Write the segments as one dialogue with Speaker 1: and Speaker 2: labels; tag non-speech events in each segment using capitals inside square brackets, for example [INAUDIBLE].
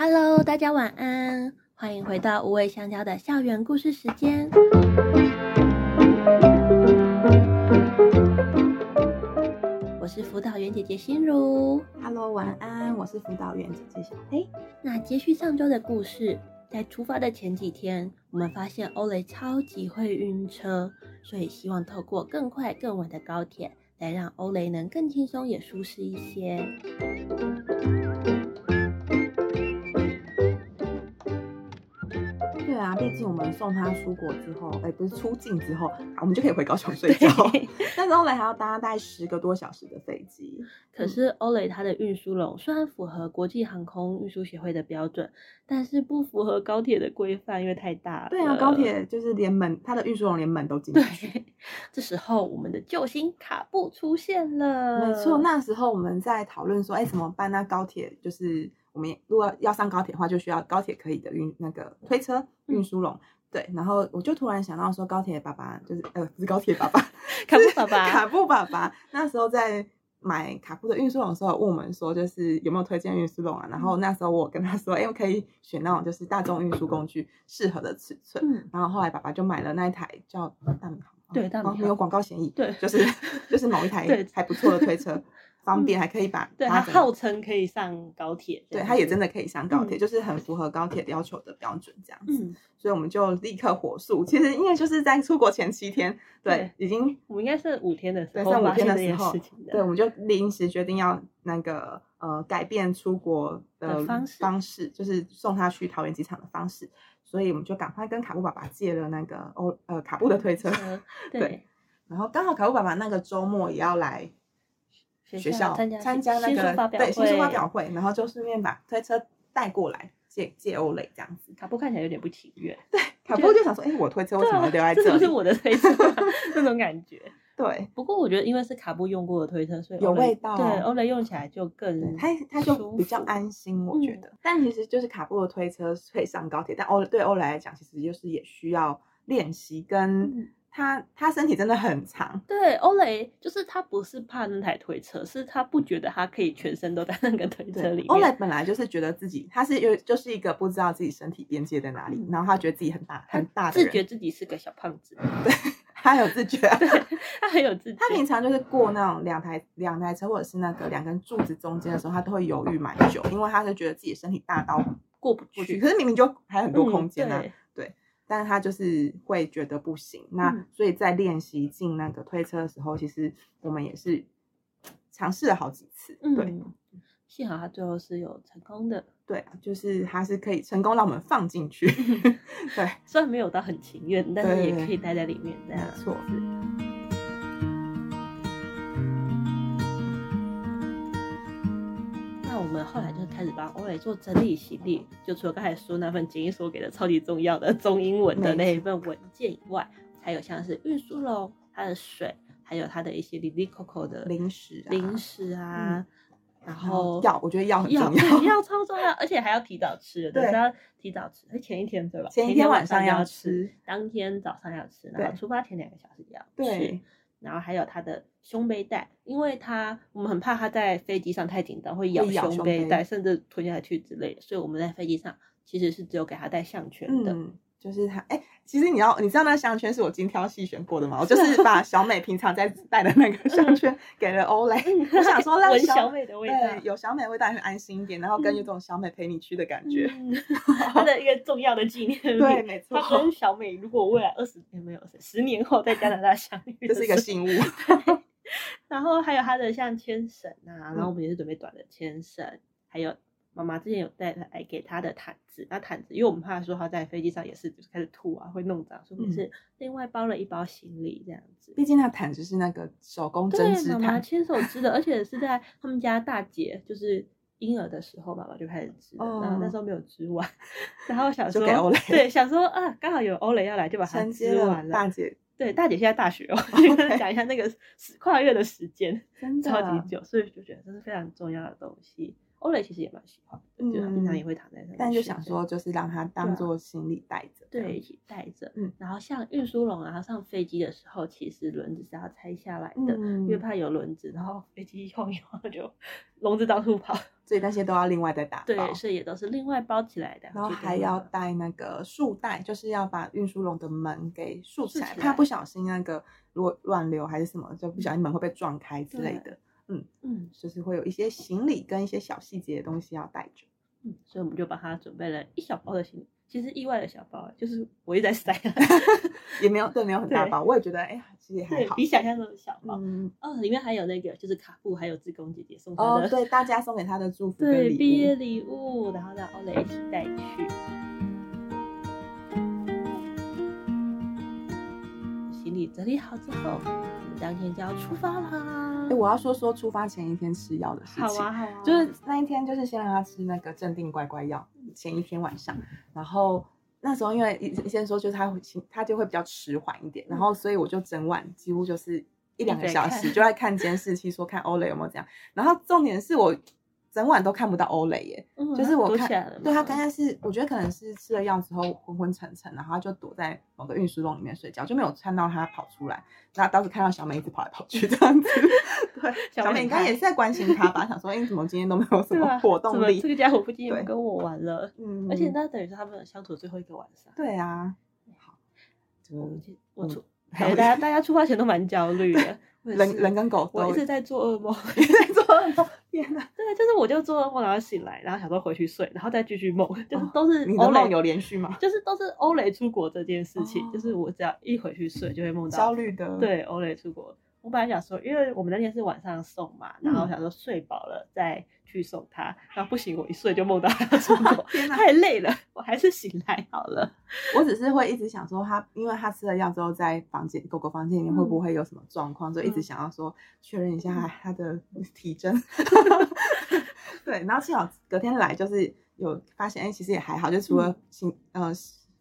Speaker 1: Hello，大家晚安，欢迎回到无尾香蕉的校园故事时间。我是辅导员姐姐心如。
Speaker 2: Hello，晚安，我是辅导员姐姐小黑。
Speaker 1: 那接续上周的故事，在出发的前几天，我们发现欧雷超级会晕车，所以希望透过更快更稳的高铁，来让欧雷能更轻松也舒适一些。
Speaker 2: 对啊，毕竟我们送他出国之后，哎、不是出境之后，我们就可以回高雄
Speaker 1: [LAUGHS]
Speaker 2: 睡觉。 [LAUGHS] 但是后来还要搭大概十个多小时的飞机。
Speaker 1: 可是欧蕾它的运输笼虽然符合国际航空运输协会的标准，但是不符合高铁的规范，因为太大了。
Speaker 2: 对啊，高。铁就是连门，它的运输笼连门都进不
Speaker 1: 对
Speaker 2: 去。，
Speaker 1: 这时候我们的救星卡布出现了。
Speaker 2: 没错，那时候我们在讨论说，哎、怎么办？那高铁就是我们如果要上高铁的话，就需要高铁可以的运那个推车
Speaker 1: 嗯
Speaker 2: 运输笼。对，然后我就突然想到说，高铁爸爸就是呃，不是高铁爸爸，
Speaker 1: 卡布爸
Speaker 2: [LAUGHS] 卡
Speaker 1: 爸，
Speaker 2: 布爸爸那时候在买卡布的运输笼的时候，问我们说就是有没有推荐运输笼啊？然后
Speaker 1: 嗯
Speaker 2: 那时候我跟他说，哎、我可以选那种就是大众运输工具适合的尺寸。
Speaker 1: 嗯，
Speaker 2: 然后后来爸爸就买了那一台叫大米航，
Speaker 1: 对大米
Speaker 2: 哦
Speaker 1: 航
Speaker 2: 没有广告嫌疑，
Speaker 1: 对
Speaker 2: 就是就
Speaker 1: [LAUGHS]
Speaker 2: 是某一台
Speaker 1: 对嗯
Speaker 2: 还不错的
Speaker 1: [LAUGHS]
Speaker 2: 推车，方便还可以把
Speaker 1: 对
Speaker 2: 它
Speaker 1: 他
Speaker 2: 整个
Speaker 1: 号称可以上高铁，
Speaker 2: 对，它也真
Speaker 1: 的，
Speaker 2: 的可以上高铁，
Speaker 1: 嗯
Speaker 2: 就是很符合高铁要求的标准这样子，
Speaker 1: 嗯，
Speaker 2: 所以我们就立刻火速。其实因为就是在出国前七天，对，已经
Speaker 1: 我们应该是五天的时
Speaker 2: 对，
Speaker 1: 候
Speaker 2: 上五
Speaker 1: 发
Speaker 2: 天
Speaker 1: 现
Speaker 2: 的
Speaker 1: 这
Speaker 2: 时
Speaker 1: 件
Speaker 2: 候
Speaker 1: 事情，的，
Speaker 2: 对，我们就临时决定要那个呃改变出国的
Speaker 1: 的方式
Speaker 2: 就是送他去桃园机场的方式，所以我们就赶快跟卡布爸爸借了那个欧呃卡布的推车，
Speaker 1: 呃对
Speaker 2: 对，然后刚好卡布爸爸那个周末也要来学校
Speaker 1: 参加
Speaker 2: 参加那
Speaker 1: 新书发
Speaker 2: 个
Speaker 1: 表
Speaker 2: 对新书发表
Speaker 1: 会，
Speaker 2: 会，然后就顺便把推车带过来借借欧蕾这样子，
Speaker 1: 卡布看起来有点不情愿，
Speaker 2: 卡
Speaker 1: 觉
Speaker 2: 布
Speaker 1: 得
Speaker 2: 就想说，哎、我推车为什么
Speaker 1: 对
Speaker 2: 要
Speaker 1: 啊
Speaker 2: 留在
Speaker 1: 这
Speaker 2: 里？
Speaker 1: 不是我的推 [LAUGHS] 车吗那种感觉。
Speaker 2: 对。
Speaker 1: 不过我觉得，因为是卡布用过的推车，所以
Speaker 2: 有
Speaker 1: Olay-
Speaker 2: 味道哦
Speaker 1: 对，欧雷用起来就
Speaker 2: 对
Speaker 1: 更
Speaker 2: 他他就
Speaker 1: 舒
Speaker 2: 比较
Speaker 1: 服
Speaker 2: 安心，我觉
Speaker 1: 嗯
Speaker 2: 得。但其实就是卡布的推车可以上高铁，但欧对欧莱来讲，其实就是也需要练习，跟
Speaker 1: 嗯
Speaker 2: 他、他身体真的很长。
Speaker 1: 对，欧雷就是他不是怕那台推车，是他不觉得他可以全身都在那个推车里
Speaker 2: 对
Speaker 1: 面。，
Speaker 2: 欧莱本来就是觉得自己他是有就是一个不知道自己身体边界在哪里，
Speaker 1: 嗯
Speaker 2: 然后他觉得自己很大很大的
Speaker 1: 自
Speaker 2: 人，
Speaker 1: 觉自己是个小胖子，
Speaker 2: 他有自觉。
Speaker 1: 他很有自觉
Speaker 2: [LAUGHS] 他。平常就是过那种两台两台车或者是那个两根柱子中间的时候，他都会犹豫蛮久，因为他就觉得自己身体大到
Speaker 1: 过不
Speaker 2: 过去，
Speaker 1: 去，
Speaker 2: 可是明明就还有很多
Speaker 1: 嗯
Speaker 2: 空间啊。
Speaker 1: 对
Speaker 2: 但是他就是会觉得不行。那、
Speaker 1: 嗯
Speaker 2: 所以在练习进那个推车的时候，其实我们也是尝试了好几次。对
Speaker 1: 嗯，幸好他最后是有成功的，
Speaker 2: 对啊，就是他是可以成功让我们放进去。对，
Speaker 1: 虽然没有到很情愿，但是
Speaker 2: 对
Speaker 1: 也
Speaker 2: 对对
Speaker 1: 可以待在里面这样
Speaker 2: 没。错。
Speaker 1: 那我们后来就开始帮欧蕾做整理行李，就除了刚才说那份杰英所给的超级重要的中英文的那一份文件以外，还有像是运输笼、它的水，还有它的一些零零扣扣的
Speaker 2: 零食啊
Speaker 1: 零食啊，然
Speaker 2: 然后
Speaker 1: 后
Speaker 2: 药，我觉得药很
Speaker 1: 药
Speaker 2: 重要。
Speaker 1: 对药超重要，而且还要提早吃，
Speaker 2: 对
Speaker 1: 是要提早吃，哎前一天对吧？
Speaker 2: 前一
Speaker 1: 天
Speaker 2: 天
Speaker 1: 晚
Speaker 2: 晚上
Speaker 1: 要
Speaker 2: 要，吃。
Speaker 1: 当天早上要吃，然后
Speaker 2: 对
Speaker 1: 出发前两个小时也要吃。
Speaker 2: 对，
Speaker 1: 然后还有它的胸背带，因为它我们很怕它在飞机上太紧张会咬
Speaker 2: 会咬
Speaker 1: 胸
Speaker 2: 胸
Speaker 1: 背
Speaker 2: 背
Speaker 1: 带，甚至吞下去之类的，所以我们在飞机上其实是只有给它戴项圈 [LAUGHS] 的。
Speaker 2: 嗯。就是他，哎、其实你要，你知道那个项圈是我精挑细选过的吗？我就是啊嗯把小美平常在戴的那个项圈给了欧蕾，我
Speaker 1: [LAUGHS]
Speaker 2: 想说让
Speaker 1: 闻
Speaker 2: 小
Speaker 1: 小美的味道
Speaker 2: 对，。有小美味道也会嗯安心一点，然后跟有种小美陪你去的感觉。
Speaker 1: [LAUGHS] 嗯，它的一个重要的纪念品。
Speaker 2: 对，，没错，
Speaker 1: 它跟小美如果未来二十年没有十年后在加拿大相遇，
Speaker 2: 这是一个信物。
Speaker 1: 然后还有它的像牵绳啊，然后
Speaker 2: 嗯
Speaker 1: 我们也是准备短的牵绳，还有妈妈之前有带来给她的毯子，那毯子因为我们怕说她在飞机上也是就是开始吐啊，会弄脏，所以我们
Speaker 2: 嗯
Speaker 1: 是另外包了一包行李这样子。
Speaker 2: 毕竟那毯子是那个手工针织
Speaker 1: 对，妈妈
Speaker 2: 毯，
Speaker 1: 亲手织的，而且是在他们家大姐就是婴儿的时候，妈妈就开始织的，然后那
Speaker 2: 哦
Speaker 1: 时候没有织完，然后想
Speaker 2: 就
Speaker 1: 说
Speaker 2: 给欧蕾
Speaker 1: 对，想说啊，刚好有欧蕾要来，就把它
Speaker 2: 承接
Speaker 1: 织
Speaker 2: 了
Speaker 1: 完了。
Speaker 2: 大姐，
Speaker 1: 对，大姐现在大
Speaker 2: [LAUGHS]
Speaker 1: 学哦， [LAUGHS]
Speaker 2: OK
Speaker 1: 讲一下那个时跨越的时间。
Speaker 2: 真的
Speaker 1: 啊超级久，所以就觉得这是非常重要的东西。欧蕾其实也蛮喜欢的，就
Speaker 2: 嗯
Speaker 1: 平常也会躺在上面，
Speaker 2: 但就想，说，就是让它当做行李带着。
Speaker 1: 啊对，一，起带着。
Speaker 2: 嗯
Speaker 1: 然后像运输笼啊，它上飞机的时候，其实轮子是要拆下来的，
Speaker 2: 嗯
Speaker 1: 因为，怕有轮子，然后飞机晃一晃就笼子到处跑。
Speaker 2: 所以那些都要另外再打包。
Speaker 1: 对，所以也都是另外包起来的。
Speaker 2: 然后
Speaker 1: 就
Speaker 2: 还
Speaker 1: 跟
Speaker 2: 要
Speaker 1: 那个
Speaker 2: 带那个束带，就是要把运输笼的门给束
Speaker 1: 竖
Speaker 2: 起来，
Speaker 1: 起
Speaker 2: 怕
Speaker 1: 来
Speaker 2: 不小心那个如果乱流还是什么，就不小心门会被撞开之类
Speaker 1: 对
Speaker 2: 的。
Speaker 1: 嗯
Speaker 2: 就是会有一些行李跟一些小细节的东西要带着。
Speaker 1: 嗯，所以我们就帮他准备了一小包的行李，其实意外的小包欸， [LAUGHS] 就是我一直在塞啊，
Speaker 2: 也没有对，没有很大
Speaker 1: 对
Speaker 2: 包，我也觉得哎呀，其实也还
Speaker 1: 对
Speaker 2: 好
Speaker 1: 比。想象中的小包。
Speaker 2: 嗯，
Speaker 1: 哦，里面还有那个就是卡布，还有志工姐姐送他
Speaker 2: 哦
Speaker 1: 的、，
Speaker 2: 对，大家送给他
Speaker 1: [LAUGHS]
Speaker 2: 的祝福跟
Speaker 1: 对毕
Speaker 2: 礼
Speaker 1: 业
Speaker 2: 物，
Speaker 1: 礼物，然后让欧蕾一起带去。行李整理好之后，我们当天就要出发啦。
Speaker 2: 哎，我要说说出发前一天吃药的事
Speaker 1: 好
Speaker 2: 情。
Speaker 1: 啊好啊，
Speaker 2: 就是那一天，就是先让他吃那个镇定乖乖药，前一天晚上，然后那时候因为医医生说，就是他会他就会比较迟缓一点，然后所以我就整晚几乎就是一两个小
Speaker 1: 嗯一直在
Speaker 2: 时
Speaker 1: 看
Speaker 2: 就在看监视器，说看欧蕾有没有这样，然后重点是我整晚都看不到欧蕾耶，
Speaker 1: 嗯
Speaker 2: 就
Speaker 1: 它
Speaker 2: 是我
Speaker 1: 躲
Speaker 2: 看
Speaker 1: 起来了嘛，
Speaker 2: 对他刚开始，我觉得可能是吃了药之后昏昏沉沉，然后他就躲在某个运输笼里面睡觉，就没有看到他跑出来。那当时看到小美一直跑来跑去这
Speaker 1: [LAUGHS]
Speaker 2: 样子，对，
Speaker 1: 小
Speaker 2: 小
Speaker 1: 美
Speaker 2: 美
Speaker 1: 很
Speaker 2: 应该也是在关心他吧，想说，哎、你怎么今天都没有什
Speaker 1: 对
Speaker 2: 么
Speaker 1: 啊
Speaker 2: 活
Speaker 1: 怎
Speaker 2: 动
Speaker 1: 么
Speaker 2: 力？
Speaker 1: 这个家伙不仅也
Speaker 2: 对
Speaker 1: 不跟我玩了，
Speaker 2: 嗯
Speaker 1: 而且那等于是他们相处最后一个晚上。
Speaker 2: 对啊，好，
Speaker 1: 我
Speaker 2: 就
Speaker 1: 记我
Speaker 2: 嗯 [LAUGHS]
Speaker 1: 出，
Speaker 2: 还
Speaker 1: 还
Speaker 2: 有
Speaker 1: 有大家大家出发前都蛮焦虑的，我也
Speaker 2: [LAUGHS] 人
Speaker 1: 是
Speaker 2: 人跟狗
Speaker 1: 我
Speaker 2: 都
Speaker 1: 一直在做噩梦，
Speaker 2: 一直在做噩梦，天哪！
Speaker 1: 对，就是我就做噩梦，然后醒来，然后想说回去睡，然后再继续梦，就是
Speaker 2: 哦
Speaker 1: 都是
Speaker 2: [LAUGHS] 你的
Speaker 1: 欧
Speaker 2: 梦
Speaker 1: 蕾
Speaker 2: 有连续吗？
Speaker 1: 就是都是欧蕾出国这件事情，就是
Speaker 2: 哦
Speaker 1: 我只要一回去睡就会梦到
Speaker 2: 焦虑的，，
Speaker 1: 对，欧蕾出国。我本来想说，因为我们那天是晚上送嘛，然后
Speaker 2: 嗯
Speaker 1: 想说睡饱了再去送他，然后不行，我一睡就梦到他出国，
Speaker 2: [LAUGHS] 天哪！
Speaker 1: 太累了，我还是醒来好了。
Speaker 2: 我只是会一直想说他，因为他吃了药之后，在房间狗狗房间里面会不会有什么状况，就一直
Speaker 1: 嗯
Speaker 2: 想要说确认一下他他的体征。 [LAUGHS] 对，然后幸好隔天来就是有发现，哎、其实也还好，就除了心、呃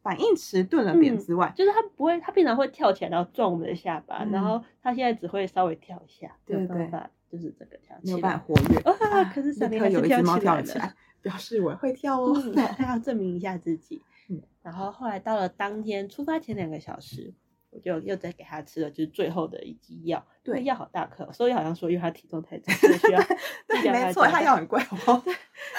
Speaker 2: 反应迟钝了点
Speaker 1: 嗯
Speaker 2: 之外，
Speaker 1: 就是他不会，他平常会跳起来然后撞我们的下巴，
Speaker 2: 嗯
Speaker 1: 然后他现在只会稍微跳一下，
Speaker 2: 对
Speaker 1: 没有
Speaker 2: 对
Speaker 1: 办法，就是整个跳起来。
Speaker 2: 没有办法活跃。
Speaker 1: 啊！可是
Speaker 2: 立
Speaker 1: 闪电
Speaker 2: 刻
Speaker 1: 还
Speaker 2: 有
Speaker 1: 是
Speaker 2: 一只猫
Speaker 1: 跳
Speaker 2: 跳
Speaker 1: 了
Speaker 2: 了起来，表示我会跳哦。
Speaker 1: [LAUGHS] 嗯，他要证明一下自己。
Speaker 2: 嗯
Speaker 1: 然后后来到了当天出发前两个小时，我就又再给他吃了就是最后的一剂药，因为
Speaker 2: 对
Speaker 1: 药好大颗哦，所以好像说因为他体重太
Speaker 2: [LAUGHS]
Speaker 1: 重，所以需要剂
Speaker 2: [LAUGHS] 对，
Speaker 1: 量
Speaker 2: 没
Speaker 1: 要
Speaker 2: 错，
Speaker 1: 加
Speaker 2: 它
Speaker 1: 大
Speaker 2: 药很贵
Speaker 1: [LAUGHS]
Speaker 2: 哦。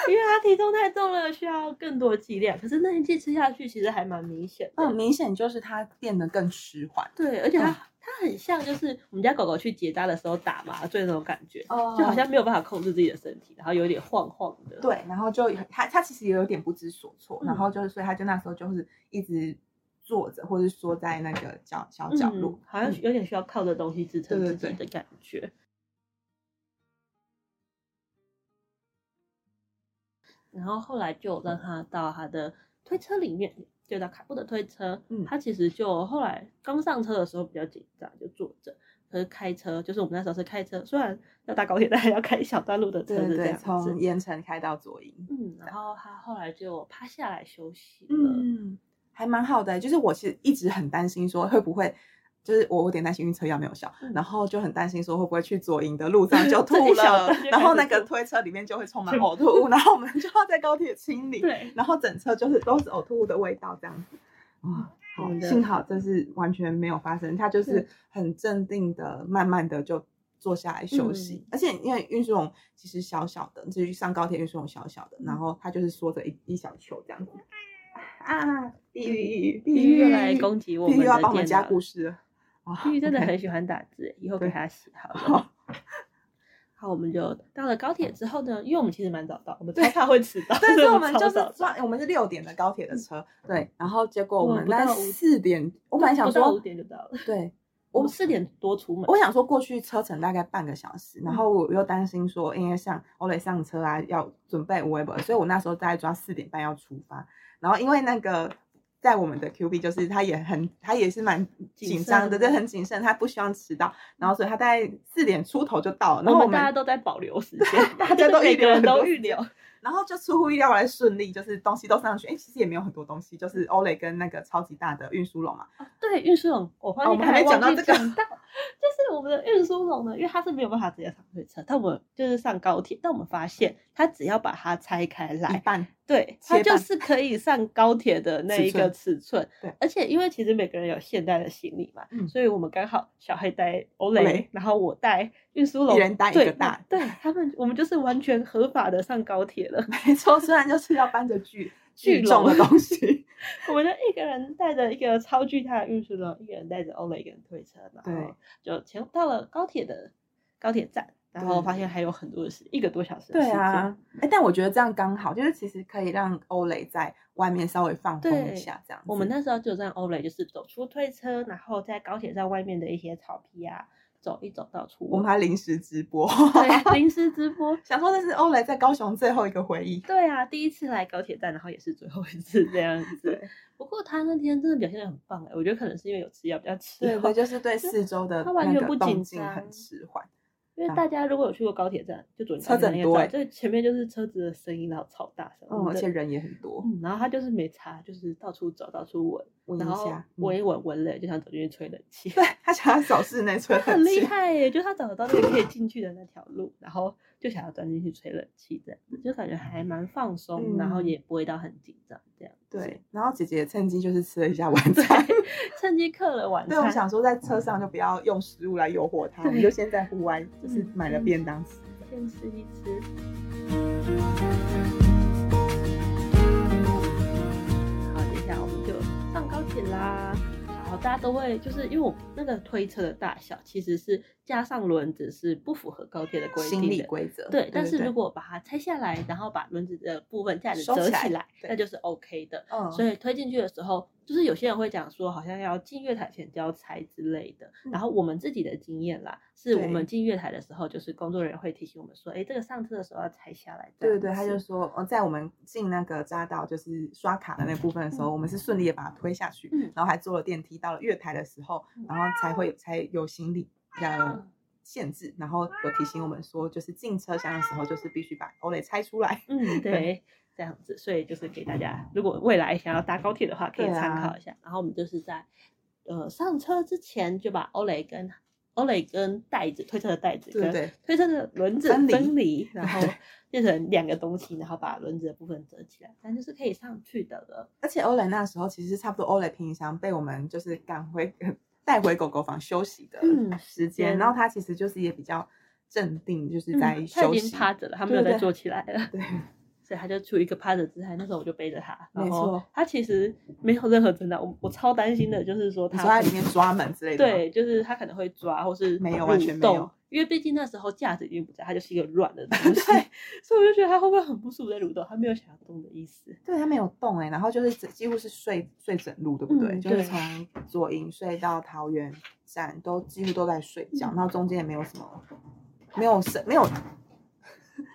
Speaker 1: 因为他体重太重了，需要更多剂量。可是那一剂吃下去其实还蛮明显的，
Speaker 2: [LAUGHS] 嗯，明显就是它变得更迟缓，
Speaker 1: 对，而且它
Speaker 2: 嗯
Speaker 1: 它很像就是我们家狗狗去结扎的时候打麻醉那种感觉，
Speaker 2: 哦
Speaker 1: 就好像没有办法控制自己的身体，然后有点晃晃的。
Speaker 2: 对，然后就他他其实也有点不知所措，然
Speaker 1: 嗯
Speaker 2: 后就是所以他就那时候就是一直坐着，或者是缩在那个角小角落
Speaker 1: 嗯，，好像有点需要靠着东西支撑
Speaker 2: 对
Speaker 1: 自
Speaker 2: 对
Speaker 1: 己
Speaker 2: 对
Speaker 1: 的感觉。然后后来就让他到他的推车里面，就到卡布的推车。
Speaker 2: 嗯
Speaker 1: 他其实就后来刚上车的时候比较紧张，就坐着。可是开车，就是我们那时候是开车，虽然要搭高铁，但 [LAUGHS] 还要开一小段路的车
Speaker 2: 对对
Speaker 1: 子这
Speaker 2: 对，
Speaker 1: 样子
Speaker 2: 从。盐城开到左营，
Speaker 1: 嗯，然后他后来就趴下来休息了。
Speaker 2: 嗯，还蛮好的欸、就是我其实一直很担心说会不会。就是我有点担心晕车药没有效，
Speaker 1: 嗯
Speaker 2: 然后就很担心说会不会去左营的
Speaker 1: [LAUGHS]
Speaker 2: 路上就
Speaker 1: 这一
Speaker 2: 吐
Speaker 1: 小
Speaker 2: 了
Speaker 1: 段就，
Speaker 2: 然后
Speaker 1: 开
Speaker 2: 那
Speaker 1: 始
Speaker 2: 个
Speaker 1: 吐
Speaker 2: 推车里面就会充
Speaker 1: [LAUGHS]
Speaker 2: 满
Speaker 1: 全
Speaker 2: 呕吐物，然后我们就要在高铁清理，
Speaker 1: 对，
Speaker 2: 然后整车就是都是呕吐物的味道这样子。哇、好
Speaker 1: 真的
Speaker 2: 幸好这是完全没有发生，他就是
Speaker 1: 对
Speaker 2: 很镇定的，慢慢的就坐下来休息。
Speaker 1: 嗯
Speaker 2: 而且因为运输笼其实小小的，至于上高铁运输笼小小的，
Speaker 1: 嗯
Speaker 2: 然后他就是缩着一一小球这样子。啊，地狱地狱地
Speaker 1: 地
Speaker 2: 狱
Speaker 1: 狱又来攻击我
Speaker 2: 地
Speaker 1: 们
Speaker 2: 狱
Speaker 1: 的
Speaker 2: 要帮我们
Speaker 1: 电
Speaker 2: 加
Speaker 1: 脑
Speaker 2: 故事
Speaker 1: [LAUGHS]
Speaker 2: 了。啊
Speaker 1: 玉玉真的
Speaker 2: OK
Speaker 1: 很喜欢打字，以后给
Speaker 2: 对
Speaker 1: 他写
Speaker 2: [LAUGHS]
Speaker 1: 好了。
Speaker 2: 好，
Speaker 1: 好，我们就到了高铁之后呢，因为我们其实蛮早到，我们超
Speaker 2: [LAUGHS] 对
Speaker 1: 怕会迟到，
Speaker 2: 但
Speaker 1: 所以
Speaker 2: 是我们
Speaker 1: 超
Speaker 2: 就是
Speaker 1: 早到
Speaker 2: 抓，我们是六点的高铁的车，对，然后结果我
Speaker 1: 我
Speaker 2: 们
Speaker 1: 不
Speaker 2: 在
Speaker 1: 到五
Speaker 2: 四点，我本来想
Speaker 1: 不到
Speaker 2: 说
Speaker 1: 五，点就到了，
Speaker 2: 对，
Speaker 1: 我们四点多出门。
Speaker 2: 我想说过去车程大概半个小时，然后
Speaker 1: 嗯
Speaker 2: 我又担心说，因为像欧蕾上车啊，要准备 Uber，所以我那时候大概抓四点半要出发。然后因为那个在我们的 Q B 就是他也很他也是蛮紧张的，
Speaker 1: 谨慎
Speaker 2: 对，很谨慎，他不希望迟到，然后所以他大概四点出头就到了。然
Speaker 1: 我
Speaker 2: 后我
Speaker 1: 们
Speaker 2: 们
Speaker 1: 大家都在保留时间，
Speaker 2: [LAUGHS] 大家都预
Speaker 1: 每个
Speaker 2: 留
Speaker 1: 人
Speaker 2: 很多
Speaker 1: 都
Speaker 2: 时
Speaker 1: 预
Speaker 2: 间
Speaker 1: 留，
Speaker 2: 然后就出乎意料来顺利，就是东西都上去。哎、其实也没有很多东西，就是 Olay 跟那个超级大的运输笼嘛。
Speaker 1: 哦对，运输笼，我发
Speaker 2: 哦我
Speaker 1: 现
Speaker 2: 们
Speaker 1: 刚才
Speaker 2: 还没讲
Speaker 1: 忘
Speaker 2: 到
Speaker 1: 记
Speaker 2: 这个
Speaker 1: 讲到，就是我们的运输笼呢，因为它是没有办法直接上推车，但我们就是上高铁，但我们发现它只要把它拆开
Speaker 2: 一
Speaker 1: 来，
Speaker 2: 半 [LAUGHS]
Speaker 1: 对，它
Speaker 2: 切
Speaker 1: 就
Speaker 2: 半
Speaker 1: 是可以上高铁的那
Speaker 2: 尺
Speaker 1: 一个尺寸。
Speaker 2: 对
Speaker 1: 而且因为其实每个人有现代的行李嘛，
Speaker 2: 嗯
Speaker 1: 所以我们刚好小黑带欧
Speaker 2: 蕾
Speaker 1: 蕾，然后我带运输笼，
Speaker 2: 一人带一
Speaker 1: 对
Speaker 2: 个大
Speaker 1: 对他们，我们就是完全合法的上高铁
Speaker 2: [LAUGHS]
Speaker 1: 了。
Speaker 2: 没错，虽然就是要搬着巨
Speaker 1: 巨
Speaker 2: 巨重的
Speaker 1: 笼
Speaker 2: 东西，
Speaker 1: 我们就一个人带着一个超巨大的运输车，一个人带着欧蕾一个人推车，然
Speaker 2: 对
Speaker 1: 后就前到了高铁的高铁站，然后
Speaker 2: 对
Speaker 1: 发现还有很多的时一个多小时的
Speaker 2: 对
Speaker 1: 时间。
Speaker 2: 啊，哎、但我觉得这样刚好，就是其实可以让欧蕾在外面稍微放松一
Speaker 1: 对
Speaker 2: 下，这样子。
Speaker 1: 我们那时候就让欧蕾就是走出推车，然后在高铁站外面的一些草皮啊走一走到处
Speaker 2: 我们
Speaker 1: 闻。
Speaker 2: 还临时直播， [LAUGHS]
Speaker 1: 对，啊临时直播。
Speaker 2: 想说这是欧蕾在高雄最后一个回忆。
Speaker 1: 对啊，第一次来高铁站，然后也是最后一次这
Speaker 2: [LAUGHS]
Speaker 1: 样子。
Speaker 2: 对
Speaker 1: 不过他那天真的表现的很棒哎、我觉得可能是因为有吃药比
Speaker 2: [LAUGHS]
Speaker 1: 较吃
Speaker 2: 对对，就是对四周的
Speaker 1: 他完
Speaker 2: 那
Speaker 1: 全
Speaker 2: 个
Speaker 1: 不
Speaker 2: 动
Speaker 1: 紧
Speaker 2: 静很
Speaker 1: 张
Speaker 2: 迟缓。
Speaker 1: 因为大家如果有去过高铁站，就左你
Speaker 2: 啊车子很多欸
Speaker 1: 这前面就是车子的声音，然后超大声，
Speaker 2: 嗯，而且
Speaker 1: 对
Speaker 2: 人也很多，
Speaker 1: 嗯，然后他就是没擦，就是到处走，到处闻，
Speaker 2: 闻
Speaker 1: 然
Speaker 2: 一
Speaker 1: 后
Speaker 2: 下。
Speaker 1: 闻
Speaker 2: 嗯、
Speaker 1: 一闻，闻了就想走进去吹冷气，
Speaker 2: 对他想要
Speaker 1: [LAUGHS]
Speaker 2: 找室内吹
Speaker 1: 他很
Speaker 2: 冷
Speaker 1: 厉
Speaker 2: 气，
Speaker 1: 害耶，就他找得到那个可以进去的那条路，然后就想要钻进去吹冷气，这样子就感觉还蛮放松，然后
Speaker 2: 嗯
Speaker 1: 也不会到很紧张这样。
Speaker 2: 对，，然后姐姐也趁机就是吃了一下晚餐。 [LAUGHS]
Speaker 1: 趁机刻了晚
Speaker 2: 对，我
Speaker 1: 餐，嗯
Speaker 2: 想说在车上就不要用食物来诱惑他，我们
Speaker 1: 对
Speaker 2: 就先在户外就是
Speaker 1: 嗯
Speaker 2: 买了
Speaker 1: 嗯
Speaker 2: 便当吃。
Speaker 1: 先吃一吃。好，接下来我们就上高铁啦。然后大家都会，就是因为我那个推车的大小其实是加上轮子是不符合高铁的规
Speaker 2: 心
Speaker 1: 定
Speaker 2: 理
Speaker 1: 的。
Speaker 2: 规则，
Speaker 1: 对，但是
Speaker 2: 对
Speaker 1: 如果把它拆下来，然后把轮子的部分架子
Speaker 2: 收
Speaker 1: 折
Speaker 2: 起来
Speaker 1: 起来，
Speaker 2: 对
Speaker 1: 那就是 OK 的。
Speaker 2: 嗯，
Speaker 1: 所以推进去的时候，就是有些人会讲说，好像要进月台前交差之类的。
Speaker 2: 嗯
Speaker 1: 然后我们自己的经验啦，是我
Speaker 2: 对
Speaker 1: 们进月台的时候，就是工作人员会提醒我们说，哎，这个上车的时候要拆下来。这
Speaker 2: 对对
Speaker 1: 样
Speaker 2: 对，他
Speaker 1: 子
Speaker 2: 就说，呃，在我们进那个匝道，就是刷卡的那部分的时候，我们是顺利的把它推下去，
Speaker 1: 嗯
Speaker 2: 然后还坐了电梯，到了月台的时候，然后才会才有行李的
Speaker 1: 哦嗯
Speaker 2: 限制，然后有提醒我们说，就是进车厢的时候，就是必须把 Olay 拆
Speaker 1: [LAUGHS]
Speaker 2: 出来。
Speaker 1: 嗯，
Speaker 2: [LAUGHS]
Speaker 1: 对，这样子，所以就是给大家，如果未来想要搭高铁的话，可以
Speaker 2: 对啊
Speaker 1: 参考一下。然后我们就是在呃上车之前就把欧蕾跟欧蕾跟袋子推车的袋子
Speaker 2: 对
Speaker 1: 跟
Speaker 2: 对
Speaker 1: 推车的轮子
Speaker 2: 分离
Speaker 1: 分离，然后
Speaker 2: 对
Speaker 1: 变成两个东西，然后把轮子的部分折起来，但就是可以上去的了。
Speaker 2: 而且 Olay 那时候其实差不多，Olay 平常被我们就是赶回带回狗狗房休息的
Speaker 1: 嗯
Speaker 2: 时间，
Speaker 1: 间
Speaker 2: 然后他其实就是也比较镇定，就是
Speaker 1: 嗯
Speaker 2: 在
Speaker 1: 他
Speaker 2: 休
Speaker 1: 已
Speaker 2: 息。
Speaker 1: 经趴着了，他没有
Speaker 2: 对对
Speaker 1: 再坐起来了。
Speaker 2: 对，
Speaker 1: [LAUGHS] 所以他就处于一个趴着姿态，那时候我就背着他，然
Speaker 2: 没
Speaker 1: 后
Speaker 2: 错
Speaker 1: 他其实没有任何征兆，我我超担心的，就是说
Speaker 2: 你
Speaker 1: 他
Speaker 2: 说在里面抓门之类的吗，
Speaker 1: 对，就是他可能会抓，或是
Speaker 2: 没有
Speaker 1: 蠕
Speaker 2: 完全没
Speaker 1: 动
Speaker 2: 有，
Speaker 1: 因为毕竟那时候架子已经不在，它就是一个软的东
Speaker 2: [LAUGHS]
Speaker 1: 西，所以我就觉得他会不会很不舒服在蠕动，他没有想要动的意思。
Speaker 2: 对，它没有动哎、然后就是整几乎是睡睡整路，对不对？
Speaker 1: 嗯
Speaker 2: 就是
Speaker 1: 对
Speaker 2: 从左营睡到桃园站，都几乎都在睡觉，
Speaker 1: 嗯
Speaker 2: 然后中间也没有什么，没有声，没有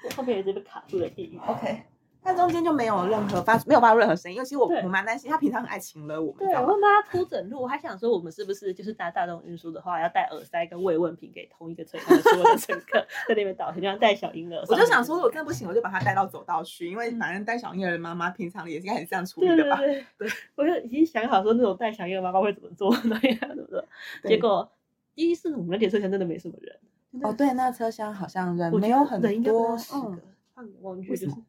Speaker 1: 我后面有一只被卡住的地狱。
Speaker 2: OK，它中间就没有任何发出没有发出任何声音，因为其实我
Speaker 1: 对
Speaker 2: 我蛮担心，它平常很爱请了我们，
Speaker 1: 对，
Speaker 2: 你知道
Speaker 1: 我
Speaker 2: 吗？
Speaker 1: 会帮他铺整路，我还想说我们是不是就是搭大众运输的话，要带耳塞跟慰问品给同一个车厢的所有的乘
Speaker 2: [LAUGHS]
Speaker 1: 客，在那边道歉，就像带小婴儿上
Speaker 2: 我
Speaker 1: 面一样。
Speaker 2: 就想说，我真的不行，我就把它带到走道去，因为
Speaker 1: 嗯
Speaker 2: 反正带小婴儿的妈妈平常也是应该很这样处
Speaker 1: 对
Speaker 2: 理
Speaker 1: 对
Speaker 2: 的吧？
Speaker 1: 对，
Speaker 2: 对
Speaker 1: 我就已经想好说那种带小婴儿妈妈会怎么做， [LAUGHS] 那样怎么做。结
Speaker 2: 对
Speaker 1: 果第一是我们那节车厢真的没什么人，
Speaker 2: 哦，对，那车厢好像人
Speaker 1: 我觉
Speaker 2: 嗯没
Speaker 1: 得
Speaker 2: 有很
Speaker 1: 人应该不
Speaker 2: 多，
Speaker 1: 到十
Speaker 2: 嗯
Speaker 1: 个，，放眼望去
Speaker 2: 为
Speaker 1: 就
Speaker 2: 什
Speaker 1: 是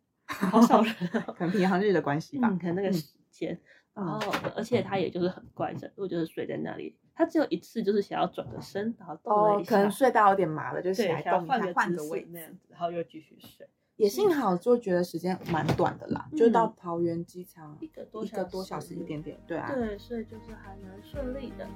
Speaker 1: 好少
Speaker 2: [LAUGHS]
Speaker 1: 人哦、
Speaker 2: 可能平常日的关系吧
Speaker 1: 嗯，。可能那个
Speaker 2: 嗯
Speaker 1: 时间，然
Speaker 2: 嗯
Speaker 1: 后而且他也就是很怪声，我就是睡在那里，他只有一次就是想要转个身，然后动了
Speaker 2: 哦
Speaker 1: 一，
Speaker 2: 可
Speaker 1: 下，
Speaker 2: 能睡到有点麻了，就起
Speaker 1: 对
Speaker 2: 来，
Speaker 1: 想要
Speaker 2: 动一
Speaker 1: 换
Speaker 2: 下，
Speaker 1: 个
Speaker 2: 换
Speaker 1: 姿
Speaker 2: 个
Speaker 1: 势
Speaker 2: 位
Speaker 1: 那
Speaker 2: 置。
Speaker 1: 样子，然后又继续睡，
Speaker 2: 也幸好，就觉得时间蛮短的啦，
Speaker 1: 嗯
Speaker 2: 就到桃园机场
Speaker 1: 一个多
Speaker 2: 一
Speaker 1: 小
Speaker 2: 个多小时一点点，对啊。
Speaker 1: 对，所以就是还蛮顺利的。